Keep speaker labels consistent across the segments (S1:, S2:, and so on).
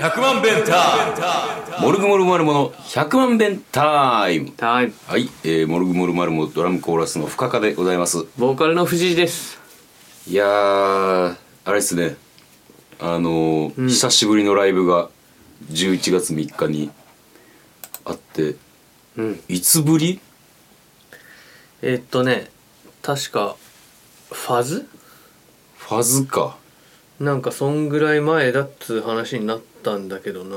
S1: 100万弁タイムモルグモルマルモの100万弁タイム
S2: タイム
S1: はい、えー、モルグモルマルモドラムコーラスの深川でございます
S2: ボーカルの藤井です
S1: いやーあれですねあのー久しぶりのライブが11月3日にあって
S2: うん
S1: いつぶり
S2: えっとね確かファズ
S1: ファズか
S2: なんかそんぐらい前だっつう話になったんだけどな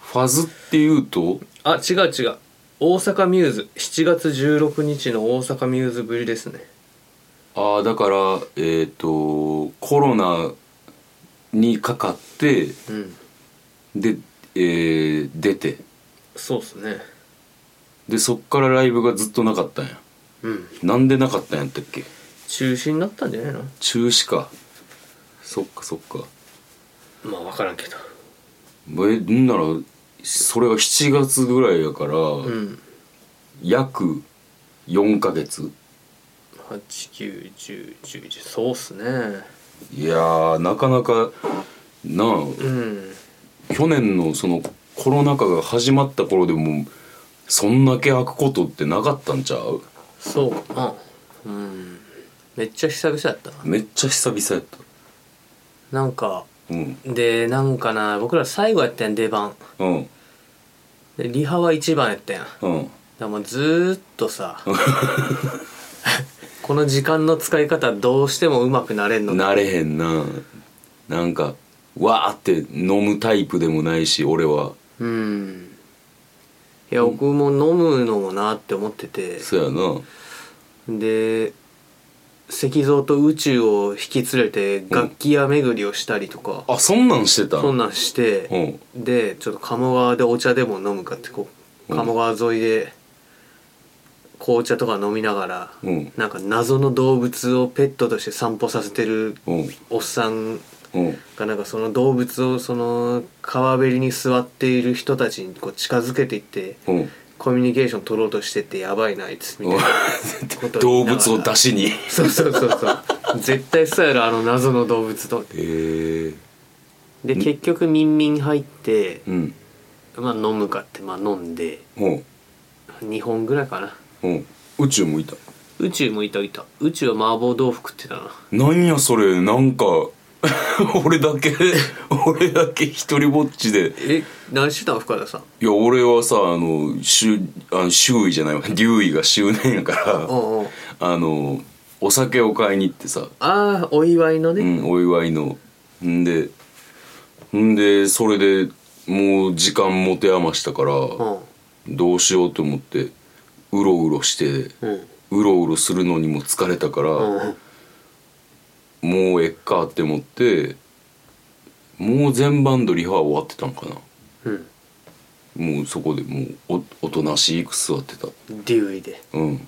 S1: ファズっていうと
S2: あ違う違う大阪ミューズ7月16日の大阪ミューズぶりですね
S1: ああだからえっ、とコロナにかかって
S2: うん
S1: で、えー出て
S2: そうっすね
S1: でそっからライブがずっとなかったんや
S2: うん
S1: なんでなかったんやったっけ
S2: 中止になったんじゃないの
S1: 中止かそっかそっか
S2: まあ分からんけど
S1: えんならそれが7月ぐらいやから、
S2: うん
S1: 約4ヶ月
S2: 891011そうっすね
S1: いやーなかなかなあ、
S2: うん
S1: 去年のそのコロナ禍が始まった頃でもそんだけ開くことってなかったんちゃう
S2: そうかなうんめっちゃ久々やったな
S1: めっちゃ久々やった
S2: なんか
S1: うん
S2: でなんかな僕ら最後やったやん出番
S1: うん
S2: でリハは一番やったやんだか
S1: うん
S2: らもうずーっと さこの時間の使い方どうしても上手くなれんの
S1: なれへんななんかわーって飲むタイプでもないし俺は
S2: うんいや僕も飲むのもなって思ってて
S1: そやな
S2: で石像と宇宙を引き連れて楽器屋巡りをしたりとか、
S1: あそんなんしてた
S2: そんなんして、
S1: うん
S2: でちょっと鴨川でお茶でも飲むかってこう
S1: うん
S2: 鴨川沿いで紅茶とか飲みながら、
S1: うん
S2: なんか謎の動物をペットとして散歩させてる
S1: うん
S2: おっさん
S1: うん
S2: がなんかその動物をその川べりに座っている人たちにこう近づけていって、
S1: うん
S2: コミュニケーション取ろうとしててやばいなあいつみたいなこと
S1: 動
S2: を言いながら
S1: 物を出しにへ
S2: そうそうそうそう絶対そうやろあの謎の動物と
S1: えー、
S2: で結局ミンミン入って、
S1: うん
S2: まあ飲むかってまあ飲んで
S1: うん
S2: 2本ぐらいかな
S1: うん宇宙もいた
S2: 宇宙もいたいた宇宙は麻婆豆腐食ってたな
S1: なんやそれなんか 俺だけ 俺だけ一人ぼっちで
S2: え何してたの深田さん
S1: いや俺はさあの周あの周囲じゃないわ竜医が周年やから
S2: おうおう
S1: あのお酒を買いに行ってさ、
S2: ああお祝いの
S1: う
S2: ね、
S1: ん、お祝いのんでんでそれでもう時間持て余したから、
S2: うん、
S1: どうしようと思ってうろうろして、
S2: うん
S1: うろうろするのにも疲れたから、
S2: うん
S1: もうえっかって思ってもう全バンドリハは終わってたんかな
S2: うん
S1: もうそこでもうおおとなしく座ってた
S2: デューイで
S1: うん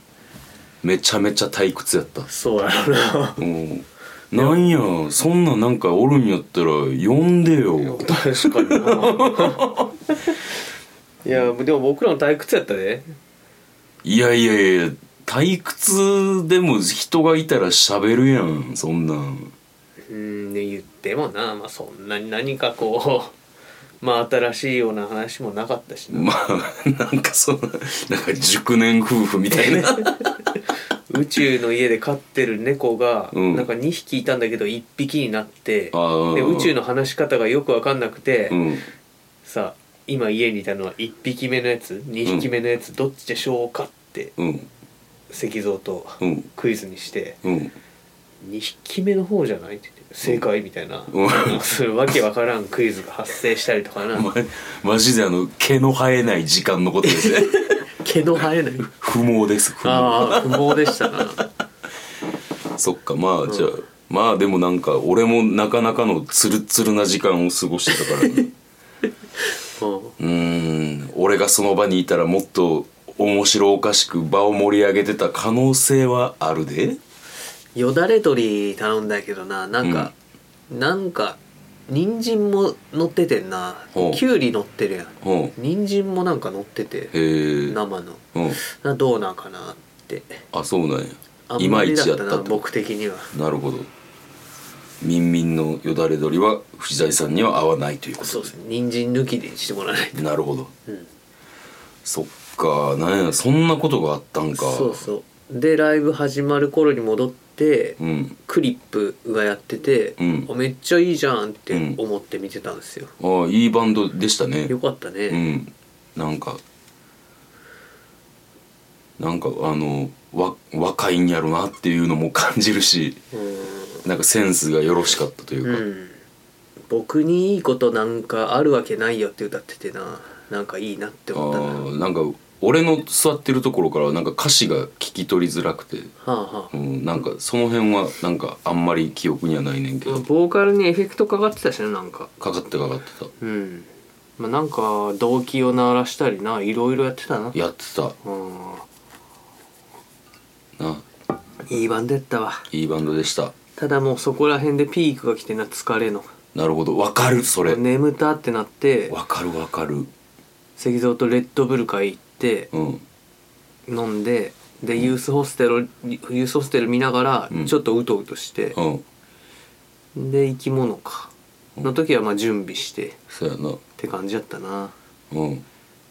S1: めちゃめちゃ退屈やった
S2: そうやろな
S1: うんなんやそんななんかおるんやったら呼んでよ
S2: 確かにな いやでも僕らの退屈やったで
S1: いやいやいや退屈でも人がいたら喋るやんそんなん
S2: うんね言ってもな、まあ、そんなに何かこうまあ新しいような話もなかったしな
S1: まあなんかそのなんか熟年夫婦みたい な
S2: 宇宙の家で飼ってる猫が、
S1: うん
S2: なんか2匹いたんだけど1匹になって
S1: あー
S2: で宇宙の話し方がよく分かんなくて、
S1: うん
S2: さあ今家にいたのは1匹目のやつ2匹目のやつ、どっちでしょうかって
S1: うん
S2: 石像と
S1: うん
S2: クイズにして、
S1: うん
S2: 2匹目の方じゃないって言って正解みたいな、
S1: うん
S2: なんかそういうわけわからんクイズが発生したりとかな
S1: まマジであの毛の生えない時間のことですね
S2: 毛の生えない
S1: 不毛です不毛
S2: ああ不毛でした な
S1: そっかまあじゃあ、まあでもなんか俺もなかなかのツルツルな時間を過ごしてたからね、
S2: うん
S1: うーん俺がその場にいたらもっと面白おかしく場を盛り上げてた可能性はあるで
S2: よだれ鶏頼んだけどななんか、なんか人参も乗っててんな
S1: ほう
S2: きゅうり乗ってるやん
S1: うんへ
S2: 人参もなんか乗ってて
S1: え
S2: 生の
S1: うん
S2: などうなんかなって
S1: あそうなんや
S2: あん
S1: いま
S2: まり
S1: い
S2: だ
S1: ちや
S2: っ
S1: ったた
S2: な
S1: と
S2: 僕的には
S1: なるほどみんみんのよだれ鶏は藤谷さんには合わないということ
S2: そうですね人参抜きでしてもらわないと
S1: なるほど、
S2: ん
S1: そっかなんやそんなことがあったんか
S2: そうそうでライブ始まる頃に戻って、
S1: うん
S2: クリップがやってて、
S1: うん
S2: あめっちゃいいじゃんって思って見てたんですよ、
S1: ああいいバンドでしたね
S2: よかったね、
S1: うんなんかなんかあのわ若いんやろなっていうのも感じるしなんかセンスがよろしかったという
S2: う
S1: か、
S2: ん僕にいいことなんかあるわけないよって歌っててななんかいいなって思ったな
S1: ああなんか俺の座ってるところからなんか歌詞が聞き取りづらくて、
S2: はあは
S1: う
S2: あ
S1: ん、なんかその辺はなんかあんまり記憶にはないねんけど、
S2: ボーカルにエフェクトかかってたしねなんか
S1: かかってかかってた
S2: うんまあなんか動機を鳴らしたりないろいろやってたな
S1: やってた
S2: うん
S1: ない
S2: いバンドやったわ
S1: いいバンドでした
S2: ただもうそこら辺でピークが来てな疲れの
S1: なるほどわかるそれわ、
S2: 眠たってなって
S1: かるわかる
S2: 石像とレッドブル会行って
S1: うん
S2: 飲んででユースホステルをユースホステル見ながら
S1: うん
S2: ちょっとうとうとして
S1: う、ん
S2: で生き物かの時はまあ準備してっ
S1: そうやな
S2: て感じだったな
S1: うん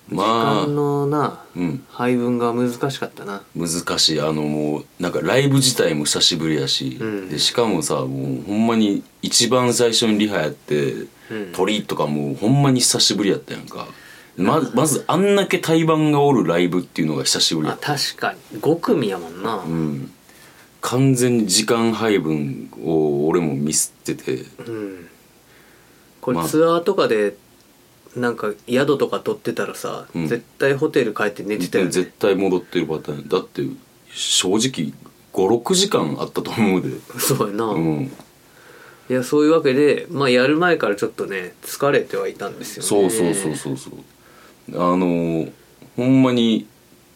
S2: 時
S1: まあ
S2: 間のな
S1: うん
S2: 配分が難しかったな
S1: 難しいあのもうなんかライブ自体も久しぶりやし、
S2: うん
S1: でしかもさもうほんまに一番最初にリハやって、
S2: うん
S1: 鳥とかもうほんまに久しぶりやったやんかままずあんだけ対バンがおるライブっていうのが久しぶりや
S2: あ
S1: った
S2: 確かに5組やもんな
S1: うん完全に時間配分を俺もミスってて
S2: うんこ
S1: ま
S2: れ
S1: あ
S2: ツアーとかでなんか宿とか取ってたらさ、
S1: うん
S2: 絶対ホテル帰って寝てたよね
S1: 絶対戻ってるパターンだって正直56時間あったと思うで
S2: そうやな、
S1: うん
S2: いやそういうわけで、まあ、やる前からちょっとね疲れてはいたんですよね
S1: そうそうそうそうそうあのーほんまに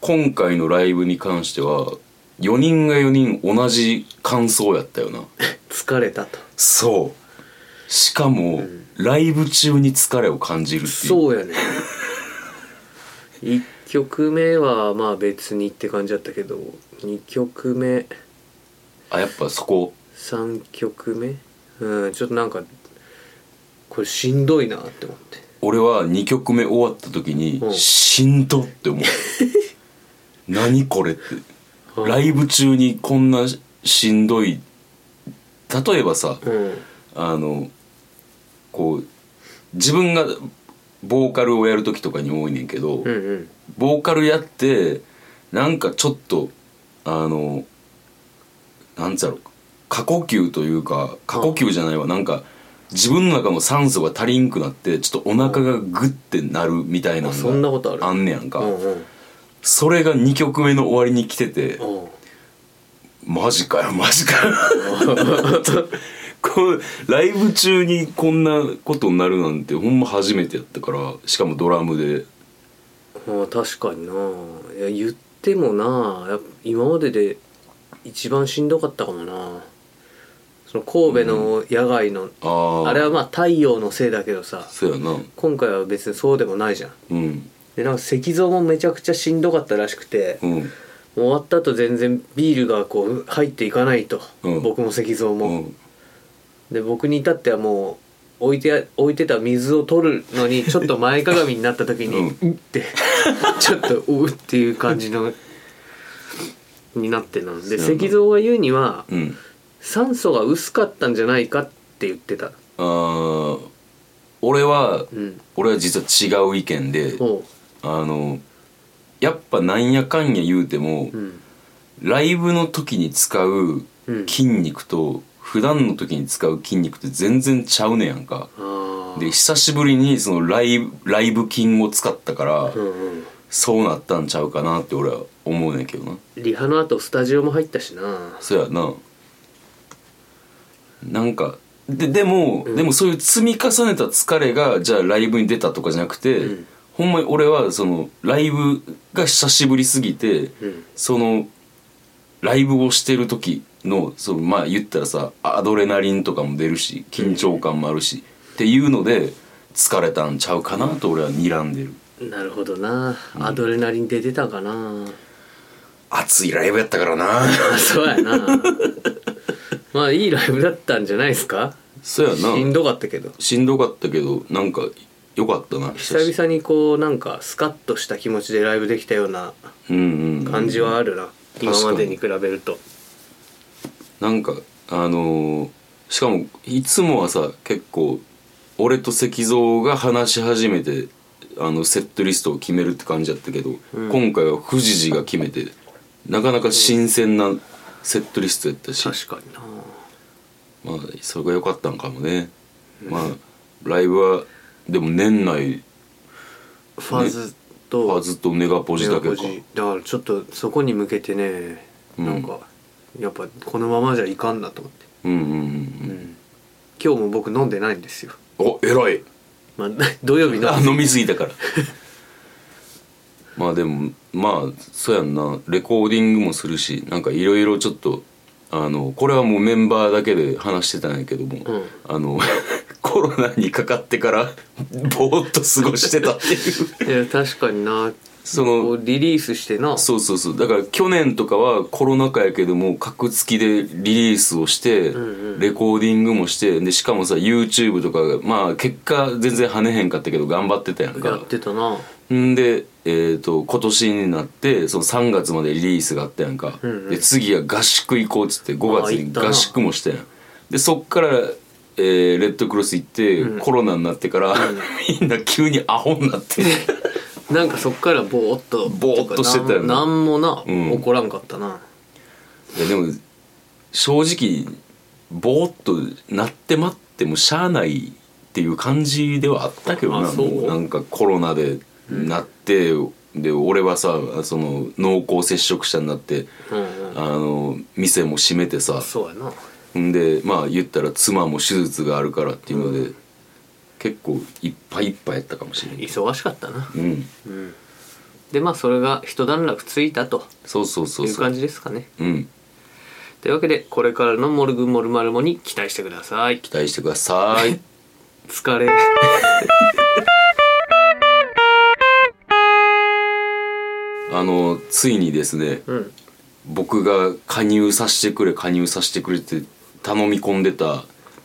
S1: 今回のライブに関しては4人が4人同じ感想やったよな
S2: 疲れたと
S1: そうしかも、ライブ中に疲れを感じるっていう
S2: そうやね1曲目はまあ別にって感じだったけど2曲目
S1: あやっぱそこ
S2: 3曲目うんちょっとなんかこれしんどいなって思って
S1: 俺は2曲目終わった時に、
S2: うん
S1: しんどって 思う何これって
S2: うん
S1: ライブ中にこんなしんどい例えばさ、
S2: うん
S1: あのこう自分がボーカルをやる時とかに多いねんけど、
S2: うんうん
S1: ボーカルやってなんかちょっとあのなんつうやろ過呼吸というか過呼吸じゃないわ、なんか自分の中の酸素が足りんくなってちょっとお腹がグッてなるみたいな
S2: あそんな
S1: の
S2: ことある
S1: があんねやんか、
S2: うんうん
S1: それが2曲目の終わりに来てて、
S2: うん
S1: マジかよマジかよ こうライブ中にこんなことになるなんてほんま初めてやったからしかもドラムで
S2: まあ確かにないや言ってもなやっぱ今までで一番しんどかったかもなその神戸の野外の、
S1: ああ
S2: あれはまあ太陽のせいだけどさ
S1: そうやな
S2: 今回は別にそうでもないじゃん
S1: うん
S2: でなんか石像もめちゃくちゃしんどかったらしくて、
S1: う
S2: も
S1: ん
S2: う終わった後全然ビールがこう入っていかないと、
S1: うん
S2: 僕も石像
S1: う
S2: も、
S1: ん
S2: で僕に至ってはもう置いてや置いてた水を取るのにちょっと前かがみになった時に「うっ」てちょっと「うっ」っていう感じのになってなんで
S1: そうなんだ
S2: 石像が言うには
S1: うん
S2: 酸素が薄かったんじゃないかって言ってた
S1: あー俺は、
S2: うん
S1: 俺は実は違う意見で
S2: おう
S1: あのやっぱなんやかんや言うても、
S2: うん
S1: ライブの時に使う
S2: うん
S1: 筋肉と普段の時に使う筋肉って全然ちゃうねやんか、
S2: ああ
S1: で久しぶりにそのライブライブ筋を使ったから、
S2: うんうん
S1: そうなったんちゃうかなって俺は思うねんけどな
S2: リハの後スタジオも入ったしな
S1: そやななんかででも、でもそういう積み重ねた疲れがじゃあライブに出たとかじゃなくて、
S2: うん
S1: ほんまに俺はそのライブが久しぶりすぎて、
S2: うん
S1: そのライブをしてる時のそのまあ言ったらさアドレナリンとかも出るし緊張感もあるし、っていうので疲れたんちゃうかなと俺は睨んでる
S2: なるほどなアドレナリン出てたかな
S1: 熱いライブやったからな
S2: あそうやなまあいいライブだったんじゃないですか
S1: そうや
S2: しん
S1: な
S2: どかったけど
S1: しんどかったけどなんかよかったな
S2: 久々にこうなんかスカッとした気持ちでライブできたような
S1: うんうん
S2: 感じはあるな、
S1: ん
S2: 今までに比べると
S1: なんかあのーしかもいつもはさ結構俺と石像が話し始めてあのセットリストを決めるって感じだったけど、
S2: うん
S1: 今回は富士寺が決めてなかなか新鮮なセットリストやったし、
S2: 確かにな
S1: まあそれが良かったんかもね、まあライブはでも年内
S2: ファズと
S1: はずっとネガポジだけ
S2: ネ
S1: か
S2: ガポジだからちょっとそこに向けてね、
S1: うん
S2: なんかやっぱこのままじゃいかんなと思って、
S1: うんうんうん
S2: 今日も僕飲んでないんですよ、
S1: うんお偉い
S2: まあ、 土曜日の
S1: あ飲みすぎた からまあでもまあそうやんなレコーディングもするしなんかいろいろちょっとあのこれはもうメンバーだけで話してたんやけども、
S2: うん
S1: あの コロナにかかってからぼーっと過ごしてたって いう
S2: いや確かにな
S1: そ
S2: こ
S1: の
S2: うリリースしてな
S1: そうそうそうだから去年とかはコロナ禍やけども格付きでリリースをして、
S2: んうん
S1: レコーディングもしてでしかもさ YouTube とかまあ結果全然跳ねへんかったけど頑張ってたやんか
S2: やってたなん
S1: で、えー、と今年になってその3月までリリースがあったやんか、
S2: うんうん
S1: で次は合宿行こうっつって5月
S2: あー行っ
S1: に
S2: たな
S1: 合宿もしたやんでそっから、えーレッドクロス行って、コロナになってから、 みんな急にアホにな って
S2: なんかそっからぼーっと
S1: ぼーっとしてたよね
S2: なんもな、
S1: うん
S2: 怒らんかったない
S1: やでも正直ぼーっとなって待ってもしゃあないっていう感じではあったけどな
S2: あそう
S1: もうなんかコロナでなって、で俺はさその濃厚接触者になって。
S2: うんうん
S1: あの店も閉めてさ
S2: そうやなん
S1: でまあ言ったら妻も手術があるからっていうので、結構いっぱいいっぱいやったかもしれない
S2: 忙しかったな
S1: うん
S2: うんでまあそれが一段落ついたと
S1: そうそうそう
S2: いう
S1: そう
S2: 感じですかね
S1: うん
S2: というわけでこれからの「モルグモルマルモ」に期待してください
S1: 期待してください
S2: 疲れ
S1: あのついにですね
S2: うん
S1: 僕が加入させてくれ加入させてくれって頼み込んでた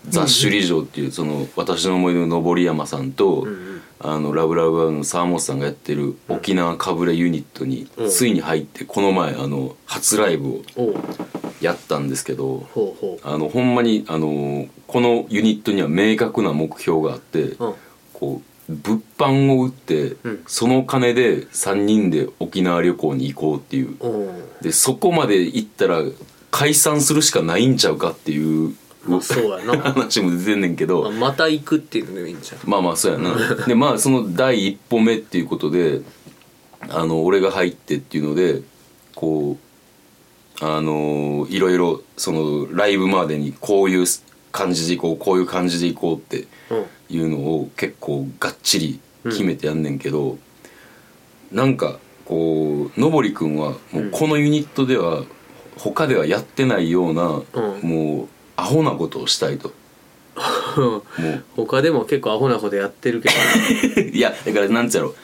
S1: 雑種理城っていうその私の思い出の登山さんと、
S2: ん
S1: あのラブラブの沢本さんがやってる沖縄かぶれユニットに
S2: うん
S1: ついに入ってこの前あの初ライブを
S2: おう
S1: やったんですけど
S2: ほうほ
S1: あのほんまにあのこのユニットには明確な目標があって
S2: ううん
S1: こう物販を売って
S2: うん
S1: その金で3人で沖縄旅行に行こうっていう
S2: おう
S1: でそこまで行ったら解散するしかないんちゃうかっていう
S2: まあそう やな
S1: 話も出てんねんけど
S2: まあまた行くっていうのでもいいんじゃん
S1: まあまあそうやなでまあその第一歩目っていうことであの俺が入ってっていうのでこうあのいろいろそのライブまでにこういう感じでいこうこういう感じでいこうって
S2: うん
S1: いうのを結構がっちり決めてやんねんけど、なんかこうのぼりくんはもうこのユニットでは他ではやってないような、
S2: うん
S1: もうアホなことをしたいと。もう
S2: 他でも結構アホなことやってるけ ど
S1: いやだからなんつうやろ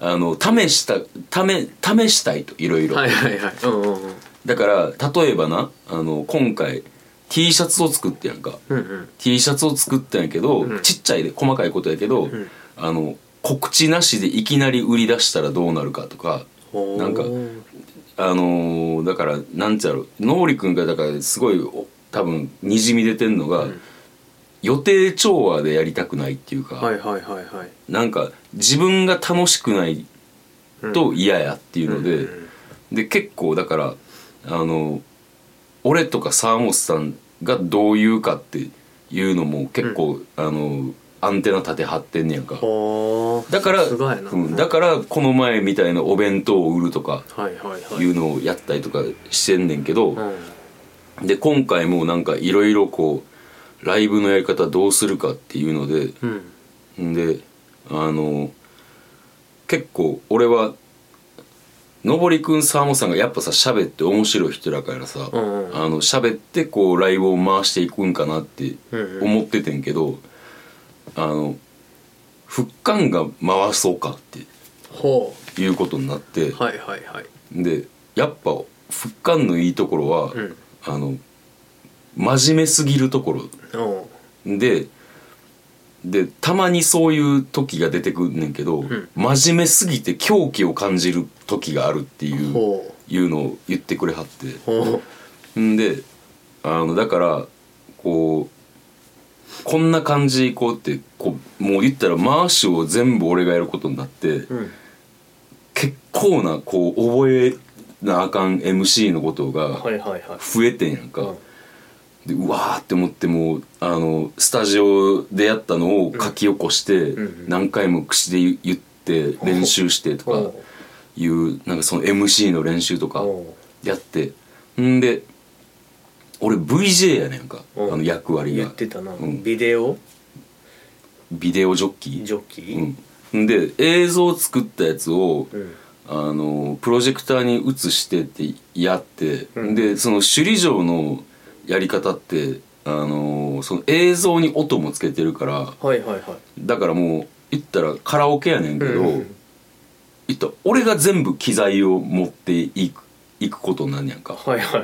S1: あの試した試試したいといろいろ
S2: はいはいはいうんうんうん
S1: だから例えばなあの今回 T シャツを作ってやんか
S2: うんうん
S1: T シャツを作ったんやけど、
S2: うん
S1: ちっちゃいで細かいことやけど、
S2: ん
S1: あの告知なしでいきなり売り出したらどうなるかとか
S2: ほう
S1: なんか
S2: うん
S1: あのーだからなんちゃろう能力君がだからすごいお多分にじみ出てんのが、予定調和でやりたくないっていうか、
S2: はいはいはいはい
S1: なんか自分が楽しくないと嫌やっていうので、で結構だからあの俺とか沢本さんがどう言うかっていうのも結構、あのアンテナ立て張ってんねやんか。
S2: ほう
S1: だから、
S2: すごいな
S1: うんだからこの前みたいなお弁当を売るとか
S2: はいはいはい
S1: いうのをやったりとかしてんねんけど、で今回もなんかいろいろこうライブのやり方どうするかっていうので、
S2: うんうん
S1: であの結構俺はのぼりくん沢本さんがやっぱさ喋って面白い人だからさ、
S2: うんうん
S1: あの喋ってこうライブを回していくんかなって
S2: うんうん
S1: 思っててんけど、あの復刊が回そうかって
S2: ほ
S1: いうことになって、
S2: うはいはいはい
S1: でやっぱ復刊のいいところは、
S2: うん
S1: あの真面目すぎるとこ
S2: おう
S1: ろででたまにそういう時が出てくんねんけど、
S2: ん
S1: 真面目すぎて狂気を感じる時があるっていう
S2: ほ
S1: いうのを言ってくれはって。
S2: うほ
S1: んであのだからこうこんな感じでいこうってこうもう言ったらマーシュを全部俺がやることになって、
S2: ううん
S1: 結構なこう覚えなあかん MC のことが
S2: はいはいはい
S1: 増えてんやんか、
S2: うん
S1: でうわーって思ってもうあのスタジオでやったのを書き起こして、
S2: うんうん
S1: 何回も口で言って練習してとか
S2: おう
S1: いうなんかその MC の練習とか。
S2: お
S1: やってんで俺 VJ やねんかあ
S2: うん
S1: の役
S2: う
S1: 割
S2: 言っ
S1: が
S2: てたな、
S1: うん
S2: ビデオ
S1: ビデオジョッキー
S2: ジョッキー、
S1: うん、んで映像を作ったやつを、
S2: うん
S1: あのプロジェクターに映してってやって、
S2: うん
S1: でその首里城のやり方ってあのその映像に音もつけてるから
S2: はいはいはい
S1: だからもう言ったらカラオケやねんけど、
S2: うん
S1: 言ったら俺が全部機材を持っていくいくことになんねやんか
S2: はいはい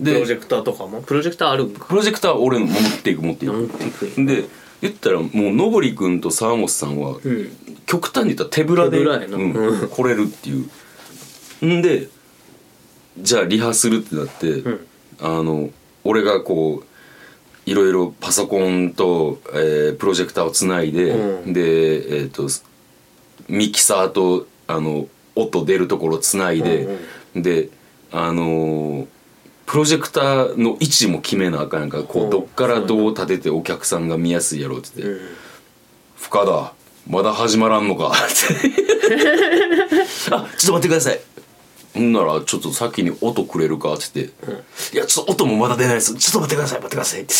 S1: で
S2: プロジェクターとかもプロジェクターあるんか
S1: プロジェクターは俺の持っていく持っていく
S2: なんていくんや
S1: で言ったらもうのぼりくんと沢本さんは
S2: うん
S1: 極端に言ったら手ぶらで
S2: 手ぶらやな
S1: うん
S2: うん
S1: 来れるっていうんでじゃあリハするってなって、
S2: ん
S1: あの俺がこういろいろパソコンと、えープロジェクターをつないで、
S2: うん
S1: で、えー、とミキサーとあの音出るところつないで、
S2: うん
S1: であのープロジェクターの位置も決めなあかんやんかこ
S2: うん
S1: うどっからどう立ててお客さんが見やすいやろうって言って
S2: うん
S1: 深田まだ始まらんの か」って「あちょっと待ってください」ほんならちょっと先に音くれるかって言って、いやちょっと音もまだ出ないですちょっと待ってください待ってくださいって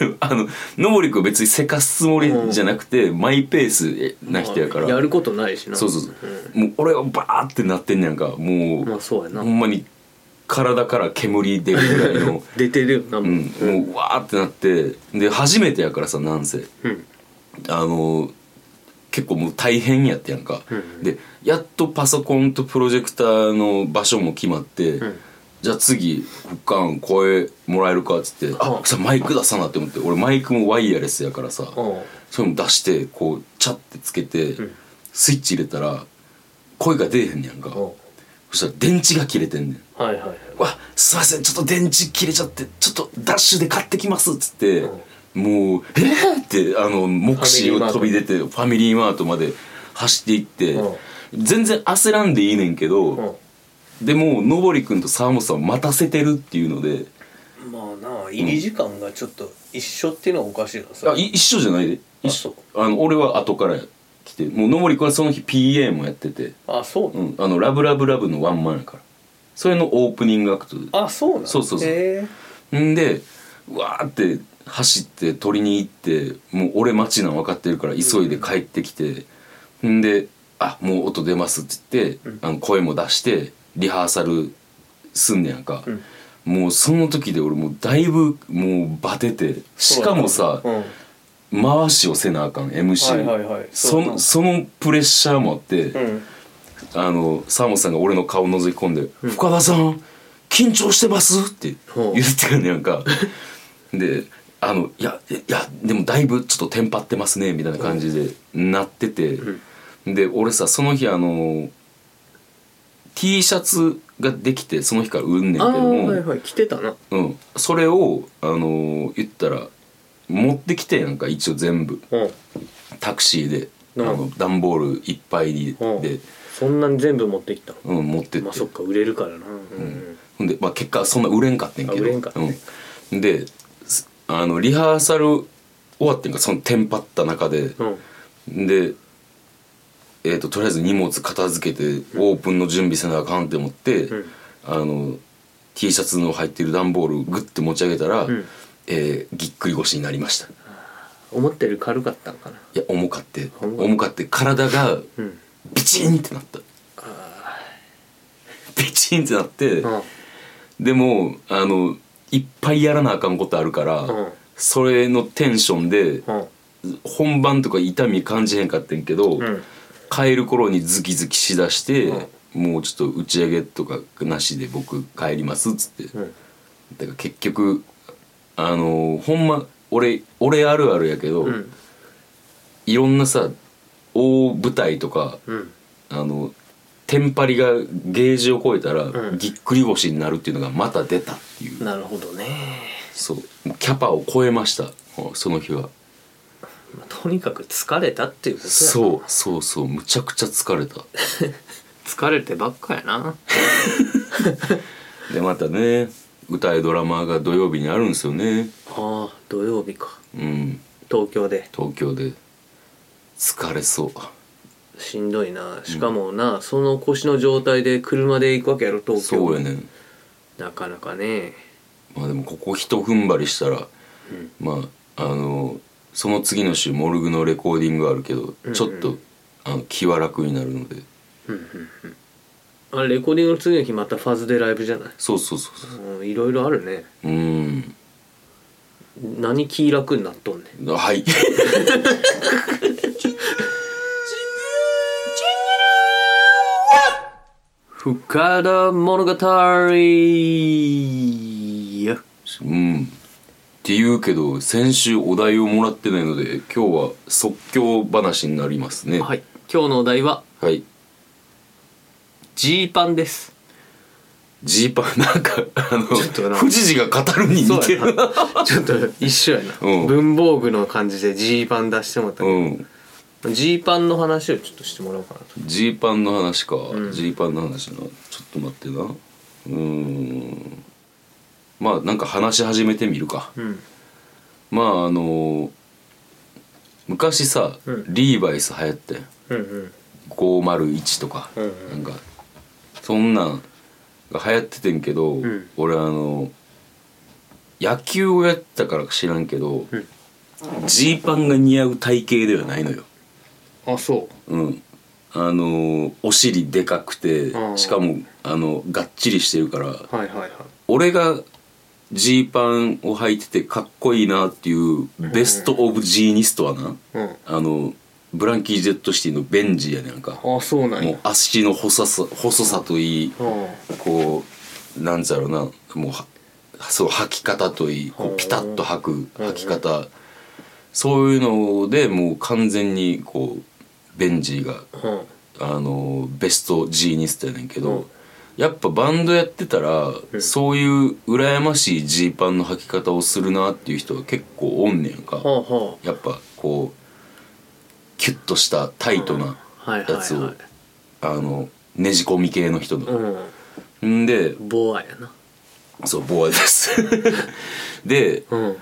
S1: 言って あののぼりくん別にせかすつもりじゃなくて、マイペースな人やから、
S2: やることないしな
S1: そうそうそう、もう俺はバーってなってんねやんかもう,、
S2: まあそうやな
S1: ほんまに体から煙出るぐらいの
S2: 出てるよなもう
S1: うん、もうわーってなってで初めてやからさなんせ
S2: うん
S1: あの結構もう大変やってやんか、
S2: うん
S1: でやっとパソコンとプロジェクターの場所も決まって、
S2: ん
S1: じゃあ次ふっかん声もらえるかっつって、
S2: うん
S1: あさマイク出さなって思って俺マイクもワイヤレスやからさ、
S2: おう
S1: それも出してこうチャッてつけて、
S2: ん
S1: スイッチ入れたら声が出えへんねやんか、
S2: お
S1: そしたら電池が切れてんねん
S2: うはいはいはい
S1: わすいませんちょっと電池切れちゃってちょっとダッシュで買ってきますっつって、もう「えっ!」ってあの目視を飛び出てファミリーマートまで走っていって、
S2: うん
S1: 全然焦らんでいいねんけど、
S2: お
S1: でものぼりくんと沢本さんを待たせてるっていうので
S2: うまあな入り時間がちょっと一緒っていうのはおかしいな
S1: あ
S2: さ
S1: い一緒じゃないで
S2: あ
S1: 一
S2: そう
S1: 緒あの俺は後から来てもうのぼりくんはその日 PA もやってて
S2: あそ
S1: 「
S2: う
S1: う、
S2: なん
S1: あのラブラブラブ」のワンマンやからそれのオープニングアクトで
S2: あそうなん
S1: そうそうそう
S2: へ
S1: んでうわーって走って取りに行ってもう俺待ちなん分かってるから急いで帰ってきて、ん、で「あもう音出ます」って言って、あの声も出してリハーサルすんねやんか、
S2: うん
S1: もうその時で俺もうだいぶもうバテてしかもさ、
S2: えうん
S1: 回しをせなあかん MC
S2: はいはいはい
S1: そ
S2: そうだ
S1: のそのプレッシャーもあって、
S2: うん
S1: あの沢本さんが俺の顔を覗き込んで「深田さん緊張してます?」って
S2: ほう
S1: 言ってくんねやん かであの「いやいやでもだいぶちょっとテンパってますね」みたいな感じでなってて、で俺さその日あの T シャツができてその日から売んねんけ
S2: あ
S1: ど
S2: ー
S1: も、
S2: はいはい来てたな
S1: うん、それをあの言ったら持ってきてんやんか一応全部
S2: うん
S1: タクシーで、
S2: うん
S1: あの段ボールいっぱいに
S2: うん
S1: で、
S2: そんなに全部持ってきた
S1: うん、持ってって。
S2: まあそっか売れるからなうん
S1: ほんで、まあ、結果そんな売れんかってんけど
S2: あ売れんかったね
S1: うん、ですあのリハーサル終わってんかそのテンパった中で、
S2: うん
S1: で、えー、ととりあえず荷物片付けてオープンの準備せなあかんって思って、
S2: うん
S1: あの T シャツの入ってる段ボールをグッて持ち上げたら、
S2: ん
S1: えーぎっくり腰になりましたい
S2: 思ったより軽かったんかな
S1: や重かって
S2: ほんま
S1: 重かって体が
S2: うん
S1: ビチンってなったビチンってなって、
S2: うん
S1: でもあのいっぱいやらなあかんことあるから、
S2: うん
S1: それのテンションで
S2: うん
S1: 本番とか痛み感じへんかってんけど、
S2: うん
S1: 帰る頃にズキズキしだして、
S2: うん
S1: もうちょっと打ち上げとかなしで僕帰りますっつって、
S2: うん
S1: だから結局あのほんま俺俺あるあるやけど、
S2: うん
S1: いろんなさ大舞台とか
S2: うん
S1: あのテンパリがゲージを超えたら、
S2: うん
S1: ぎっくり腰になるっていうのがまた出たっていう
S2: なるほどね、
S1: そうキャパを超えましたその日は
S2: まあ、とにかく疲れたっていうことやな
S1: そうそうそうむちゃくちゃ疲れた
S2: 疲れてばっかやな
S1: でまたね歌いドラマが土曜日にあるんですよね
S2: ああ土曜日か
S1: うん
S2: 東京で
S1: 東京で疲れそう
S2: しんどいなしかもな、その腰の状態で車で行くわけやろ東京
S1: そうやねん
S2: なかなかね
S1: まあでもここ一踏ん張りしたら、
S2: うん
S1: まああのその次の週モルグのレコーディングがあるけど、
S2: うん
S1: ちょっとあの気は楽になるので
S2: うんうんうんあれレコーディングの次の日またファズでライブじゃない
S1: そうそうそうそう
S2: うんいろいろあるね
S1: うん
S2: 何気楽になっとんねん
S1: あはい
S2: 深田物語いや
S1: うんっていうけど先週お題をもらってないので今日は即興話になりますね
S2: はい今日のお題は
S1: はい
S2: ジーパンです
S1: ジーパンなんかあの
S2: ちょっとな
S1: 藤次が語るに似てるな
S2: ちょっと一緒やな、
S1: うん
S2: 文房具の感じでジーパン出してもらった
S1: うん
S2: ジーパンの話をちょっとしてもらおうかなと
S1: ジーパンの話か
S2: ん
S1: ジー、パンの話なちょっと待ってなうーんまあなんか話し始めてみるか
S2: うん
S1: まああの昔さ、
S2: うん
S1: リーバイス流行ってん
S2: うんうん
S1: 501とか、
S2: うん
S1: なんかそんなんが流行っててんけど、
S2: ん
S1: 俺あの野球をやってたからか知らんけど
S2: うん
S1: ジー、パンが似合う体型ではないのよ、
S2: あそ
S1: うん、あのお尻でかくて
S2: うん
S1: しかもあのがっちりしてるから
S2: うはいはいはい
S1: 俺がジーパンを履いててかっこいいなっていうベスト・オブ・ジーニストはな、
S2: う
S1: あのブランキー・ジェットシティのベンジやねんか
S2: んあそうなん
S1: もう足の細さ細さといいこうなんちゃろうなもうはそう履き方といいこ
S2: ほ
S1: う
S2: う
S1: ピタッと履く履き方そういうのでもう完全にこうベンジーが
S2: うんうん
S1: あのベストジーニストやねんけ
S2: うん
S1: どやっぱバンドやってたら
S2: ん
S1: そういう羨ましいジーパンの履き方をするなっていう人が結構おんねんか。
S2: はあは
S1: やっぱこうキュッとしたタイトな
S2: あはいはい
S1: やつを、
S2: はい
S1: あのねじ込み系の人の、
S2: うん
S1: で
S2: ボアやな
S1: そうボアです で
S2: うん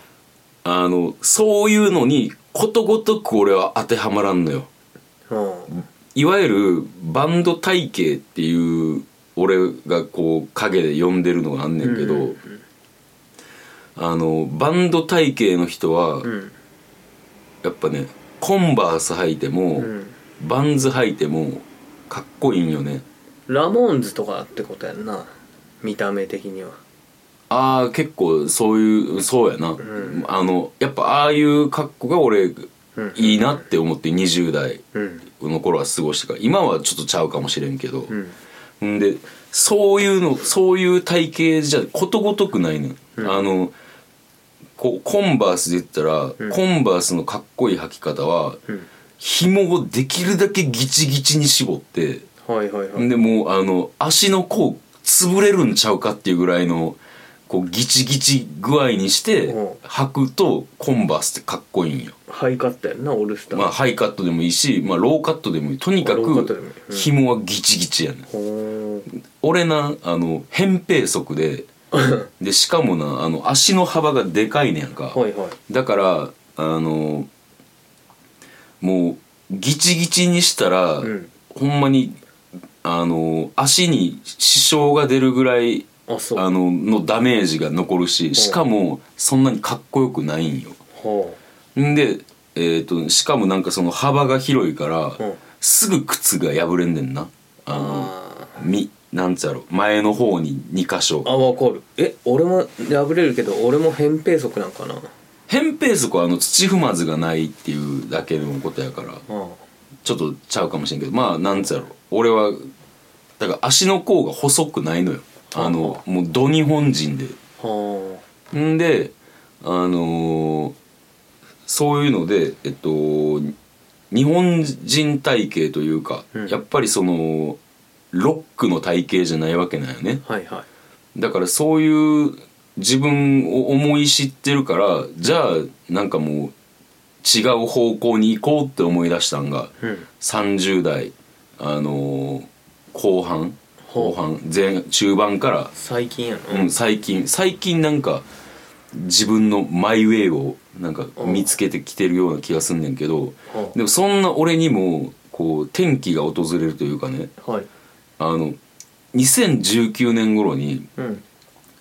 S1: あのそういうのにことごとく俺は当てはまらんのよ
S2: うん
S1: いわゆるバンド体型っていう俺がこう陰で呼んでるのがあんねんけど、
S2: うんうん
S1: あのバンド体型の人は、
S2: うん
S1: やっぱねコンバース履いても、
S2: うん
S1: バンズ履いてもかっこいいんよね、
S2: ラモーンズとかってことやんな見た目的には
S1: ああ結構そういうそうやな、
S2: ん
S1: あのやっぱああいう格好が俺
S2: うん
S1: いいなって思って20代
S2: うん
S1: の頃は過ごしてから今はちょっとちゃうかもしれんけど
S2: う、ん
S1: ん、でそういうのそういう体型じゃことごとくないね、
S2: うん
S1: ん、あのこうコンバースで言ったら、
S2: ん
S1: コンバースのかっこいい履き方は、
S2: うん
S1: 紐をできるだけギチギチに絞って
S2: はいはいはい
S1: でもうあの足の甲潰れるんちゃうかっていうぐらいのこうギチギチ具合にして
S2: うん
S1: 履くとコンバースってかっこいいんよ。
S2: ハイカットやんなオールスター
S1: まあハイカットでもいいし、まあ、ローカットでもいいとにか
S2: ローカットでもい
S1: く
S2: いうん
S1: 紐はギチギチやねん
S2: ほー
S1: 俺なあの扁平足ででしかもなあの足の幅がでかいねんか、
S2: はいはい
S1: だからあのもうギチギチにしたら、
S2: うん
S1: ほんまにあの足に支障が出るぐらい
S2: あそう
S1: あ
S2: は
S1: ののダメージが残るししかもそんなにかっこよくないんよ。んで、えー、としかもなんかその幅が広いから、
S2: うん
S1: すぐ靴が破れんねんな。
S2: あ
S1: あの
S2: あー
S1: みなんつうやろ前の方に2箇所
S2: あわかるえ俺も破れるけど俺も扁平足なんかな
S1: 扁平足はあの土踏まずがないっていうだけのことやから
S2: うん
S1: ちょっとちゃうかもしれんけどまあなんつうやろ俺はだから足の甲が細くないのよあのもうど日本人で
S2: は
S1: んであのーそういうので、えっと、日本人体型というか、
S2: うん
S1: やっぱりそのロックの体型じゃないわけなんよね
S2: はいはい
S1: だからそういう自分を思い知ってるからじゃあなんかもう違う方向に行こうって思い出したんが
S2: うん
S1: 30代、あのー後半後
S2: ほう
S1: 半前中盤から
S2: 最近やな、
S1: うん、最近最近なんか自分のマイウェイをなんか見つけてきてるような気がすんねんけど
S2: ほ
S1: でもそんな俺にもこう転機が訪れるというかね
S2: うはい
S1: あの2019年頃に
S2: うん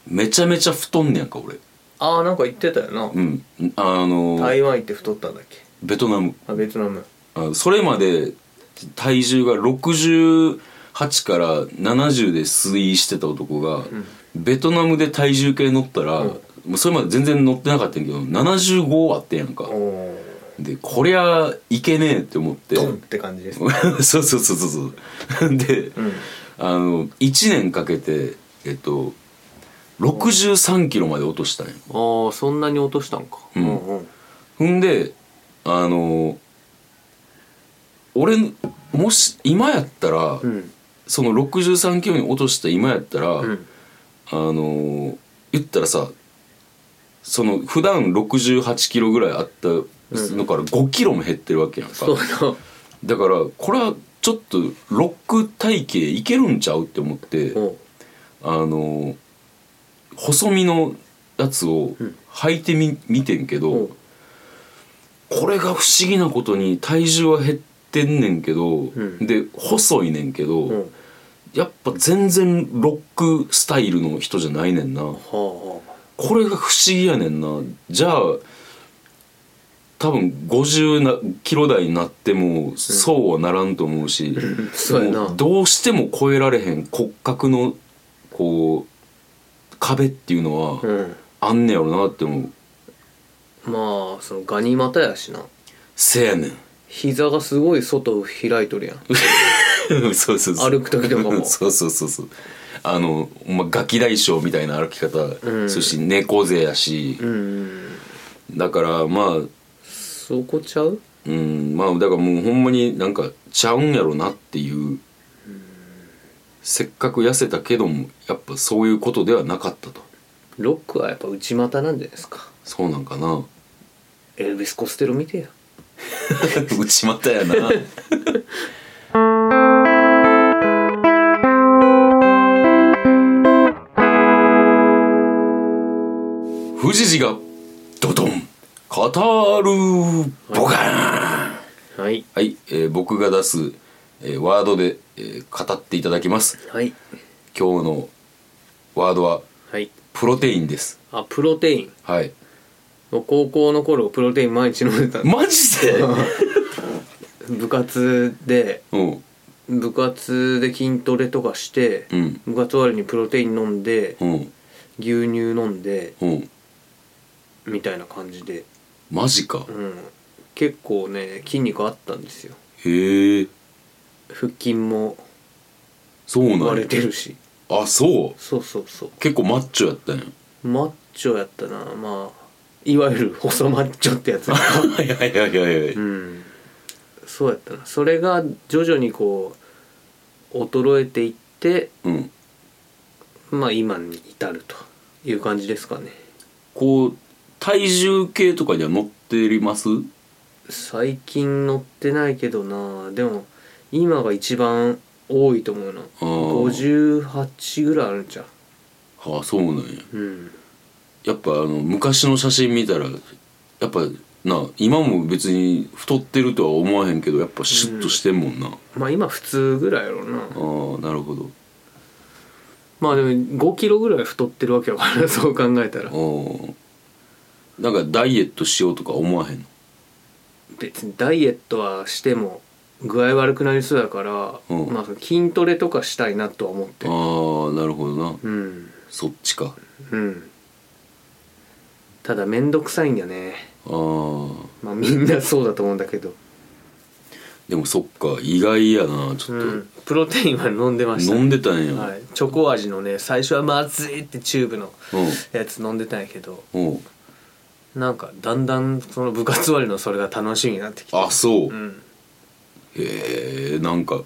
S1: めちゃめちゃ太んねやんか俺
S2: ああなんか言ってたよな、
S1: うんあの
S2: 台湾行って太ったんだっけ
S1: ベトナム
S2: あベトナム
S1: あのそれまで体重が68から70で推移してた男が、
S2: ん
S1: ベトナムで体重計乗ったら、
S2: うん
S1: もうそれまで全然乗ってなかったんやけど75あってんやんか
S2: お、おー
S1: でこりゃいけねえって思って
S2: ドンって感じです
S1: そうそうそうそうそうで、
S2: うん
S1: あの1年かけてえっと63キロまで落としたんや
S2: ああそんなに落としたんか
S1: うん
S2: うん
S1: ほんであの俺もし今やったら、
S2: うん
S1: その63キロに落とした今やったら、
S2: うん
S1: あのー言ったらさその普段68キロぐらいあったのから5キロも減ってるわけやんか、
S2: そうだ
S1: だからこれはちょっとロック体型いけるんちゃうって思って、
S2: おう
S1: あのー細身のやつを
S2: うん
S1: 履いてみ見てんけど、
S2: おう
S1: これが不思議なことに体重は減ってんねんけど、
S2: ん
S1: で細いねんけど、
S2: おう
S1: やっぱ全然ロックスタイルの人じゃないねんな
S2: はあは
S1: これが不思議やねんなじゃあ多分50なキロ台になってもそうはならんと思うし、
S2: あそうやな
S1: もうどうしても超えられへん骨格のこう壁っていうのは
S2: うん
S1: あんねやろなって思う
S2: まあそのガニ股やしな
S1: せやねん
S2: 膝がすごい外開いとるやん
S1: そうそうそう
S2: 歩く時とか も
S1: そうそうそうそうあのほんまガキ大将みたいな歩き方、
S2: ん
S1: そして猫背やし、
S2: うん
S1: だからまあ
S2: そこちゃう
S1: うんまあだからもうほんまになんかちゃうんやろなっていうせっかく痩せたけどもやっぱそういうことではなかったと
S2: ロックはやっぱ内股なんじゃないですか
S1: そうなんかな
S2: エルビス・コステロ見てよ
S1: 内股やな 富士寺がドドン語るボカーン
S2: はい
S1: はい、えー僕が出す、えーワードで、えー語っていただきます
S2: はい
S1: 今日のワードは
S2: はい
S1: プロテインです
S2: あプロテイン
S1: はい
S2: 高校の頃プロテイン毎日飲んでたんで
S1: マジで
S2: 部活で
S1: うん
S2: 部活で筋トレとかして、
S1: うん
S2: 部活終わりにプロテイン飲んで、
S1: うん
S2: 牛乳飲んで
S1: うん
S2: みたいな感じで、
S1: マジか
S2: うん、結構ね筋肉あったんですよ
S1: へえ
S2: 腹筋も
S1: そうなん
S2: 割れ
S1: や
S2: てるし
S1: あそう
S2: そうそうそう
S1: 結構マッチョやったんや
S2: マッチョやったなまあいわゆる細マッチョっ てやつ
S1: いやいやいやいや
S2: うんそうやったなそれが徐々にこう衰えていって
S1: うん
S2: まあ今に至るという感じですかね
S1: こう体重計とかには乗ってります
S2: 最近乗ってないけどなでも今が一番多いと思うな
S1: あー
S2: 58ぐらいあるんちゃ
S1: あそうなんや
S2: ううん
S1: やっぱあの昔の写真見たらやっぱな今も別に太ってるとは思わへんけどやっぱシュッとしてんもんな、
S2: まあ今普通ぐらいやろうな
S1: ああなるほど
S2: まあでも5キロぐらい太ってるわけやから そう考えた
S1: あ
S2: ら
S1: あなんかダイエットしようとか思わへんの
S2: 別にダイエットはしても具合悪くなりそうやから、
S1: うん
S2: まあその筋トレとかしたいなとは思ってる
S1: ああなるほどな、
S2: うん
S1: そっちか
S2: うんただ面倒くさいんだね
S1: ああ
S2: まあみんなそうだと思うんだけど、
S1: でもそっか意外やなちょっと、
S2: うん、プロテインは飲んでました
S1: 飲んでたんや、
S2: はい、チョコ味のね最初はまずいってチューブの
S1: うん
S2: やつ飲んでたんやけど
S1: うん
S2: なんかだんだんその部活終わりのそれが楽しみになってきて
S1: あそう、
S2: うん
S1: へえなんか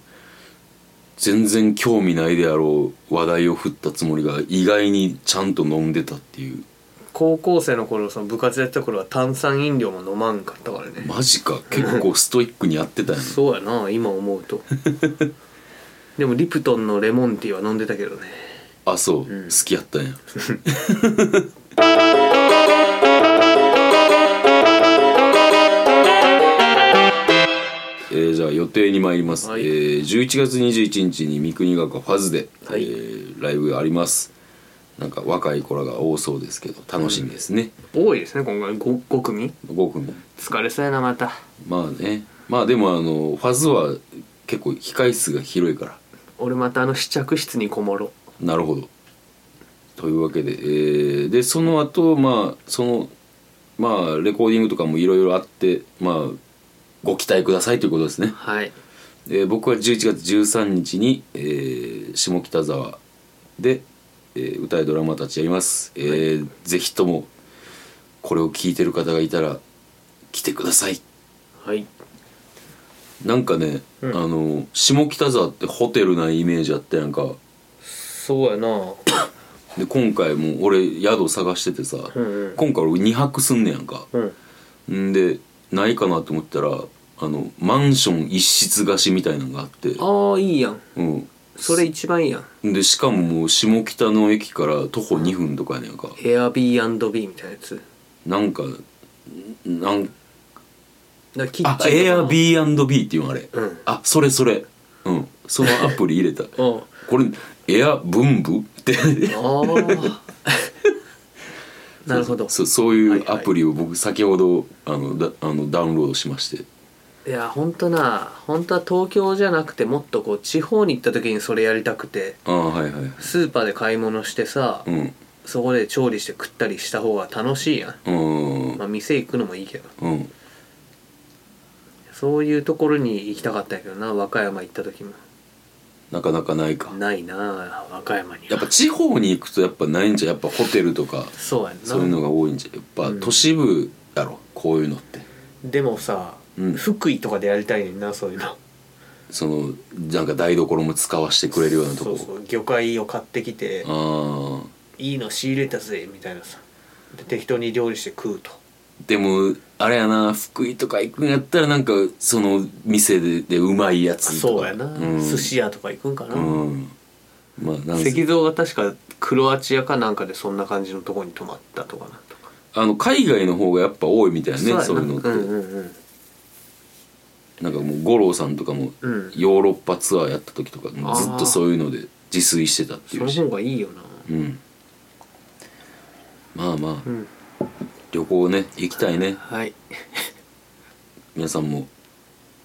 S1: 全然興味ないであろう話題を振ったつもりが意外にちゃんと飲んでたっていう
S2: 高校生の頃その部活やってた頃は炭酸飲料も飲まんかったからね、
S1: マジか結構ストイックにやってたやん
S2: そうやな今思うと でもリプトンのレモンティーは飲んでたけどね
S1: あそう、
S2: うん
S1: 好きやったんやえーじゃあ予定に参ります、
S2: はい
S1: えー11月21日に三国学校ファズで、
S2: はい
S1: えーライブがありますなんか若い子らが多そうですけど楽しみですね、
S2: 多いですね今回 5, 5組
S1: 5組
S2: 疲れそうやなまた
S1: まあねまあでもあのファズは結構控え室が広いから
S2: 俺またあの試着室にこもろ
S1: なるほど。というわけで、えーでその後まあそのまあレコーディングとかもいろいろあってまあご期待くださいということですね。
S2: はい
S1: えー僕は11月13日に、えー下北沢で、えー歌いドラマたちやります、えーぜひともこれを聞いてる方がいたら来てください
S2: はい
S1: なんかね、
S2: うん
S1: あの下北沢ってホテルなイメージあってなんか
S2: そうやな
S1: で今回も俺宿探しててさ、
S2: うんうん
S1: 今回俺2泊すんねやんか
S2: うん
S1: んでないかなと思ったらあのマンション一室貸しみたいなのがあって
S2: ああいいやん
S1: う
S2: それ一番いいやん
S1: んでしかももう下北の駅から徒歩2分とかやねんか
S2: エアビービーみたいなやつ
S1: なんかなん
S2: だからキッ
S1: あ
S2: チン
S1: エア
S2: ー
S1: B&B っていうのあれ、
S2: うん
S1: あそれそれうんそのアプリ入 れた
S2: あ
S1: これエアブンブって
S2: ああなるほど
S1: そうそういうアプ
S2: リ
S1: リを僕先ほどあのだあのダウンロードしまして
S2: いや本当な本当は東京じゃなくてもっとこう地方に行った時にそれやりたくて
S1: ああはいはい
S2: スーパーで買い物してさ、
S1: うん
S2: そこで調理して食ったりした方が楽しいやん、
S1: うん
S2: まあ、店行くのもいいけど
S1: うん
S2: そういうところに行きたかったんやけどな和歌山行った時も
S1: なかなかないか
S2: ないな和歌山には
S1: やっぱ地方に行くとやっぱないんじゃやっぱホテルとか
S2: そうやんな
S1: そういうのが多いんじゃやっぱ都市部だろこういうのって
S2: でもさ、
S1: うん
S2: 福井とかでやりたいねんなそういうの
S1: そのなんか台所も使わせてくれるようなとこ
S2: う魚介を買ってきて
S1: ああ
S2: いいの仕入れたぜみたいなさで適当に料理して食うと
S1: でもあれやな福井とか行くんやったらなんかその店ででうまいやつとか
S2: そうやな、
S1: うん、
S2: 寿司屋とか行くんかな、
S1: うんまあなんせ
S2: 石像が確かクロアチアかなんかでそんな感じのとこに泊まったとかなんとか
S1: あの海外の方がやっぱ多いみたいなねそういうのって、
S2: うんうん
S1: なんかもう五郎さんとかも
S2: うん
S1: ヨーロッパツアーやった時とかもずっとそういうので自炊してたってい
S2: うん
S1: うし
S2: その方がいいよな
S1: うんまあまあ、
S2: ん
S1: 旅行ね行きたいね
S2: はい
S1: 皆さんも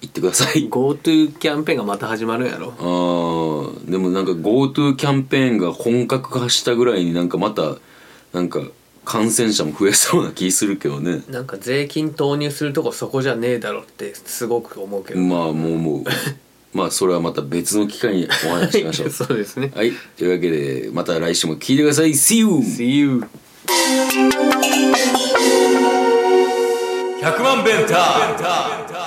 S1: 行ってください
S2: GoTo キャンペーンがまた始まるんやろ
S1: あーでもなんか GoTo キャンペーンが本格化したぐらいになんかまたなんか感染者も増えそうな気するけどね
S2: なんか税金投入するとこそこじゃねえだろってすごく思うけど、
S1: まあもうもう まあそれはまた別の機会にお話ししましょう
S2: そうですね
S1: はいというわけでまた来週も聞いてください See you!
S2: See you
S1: 100万ベンター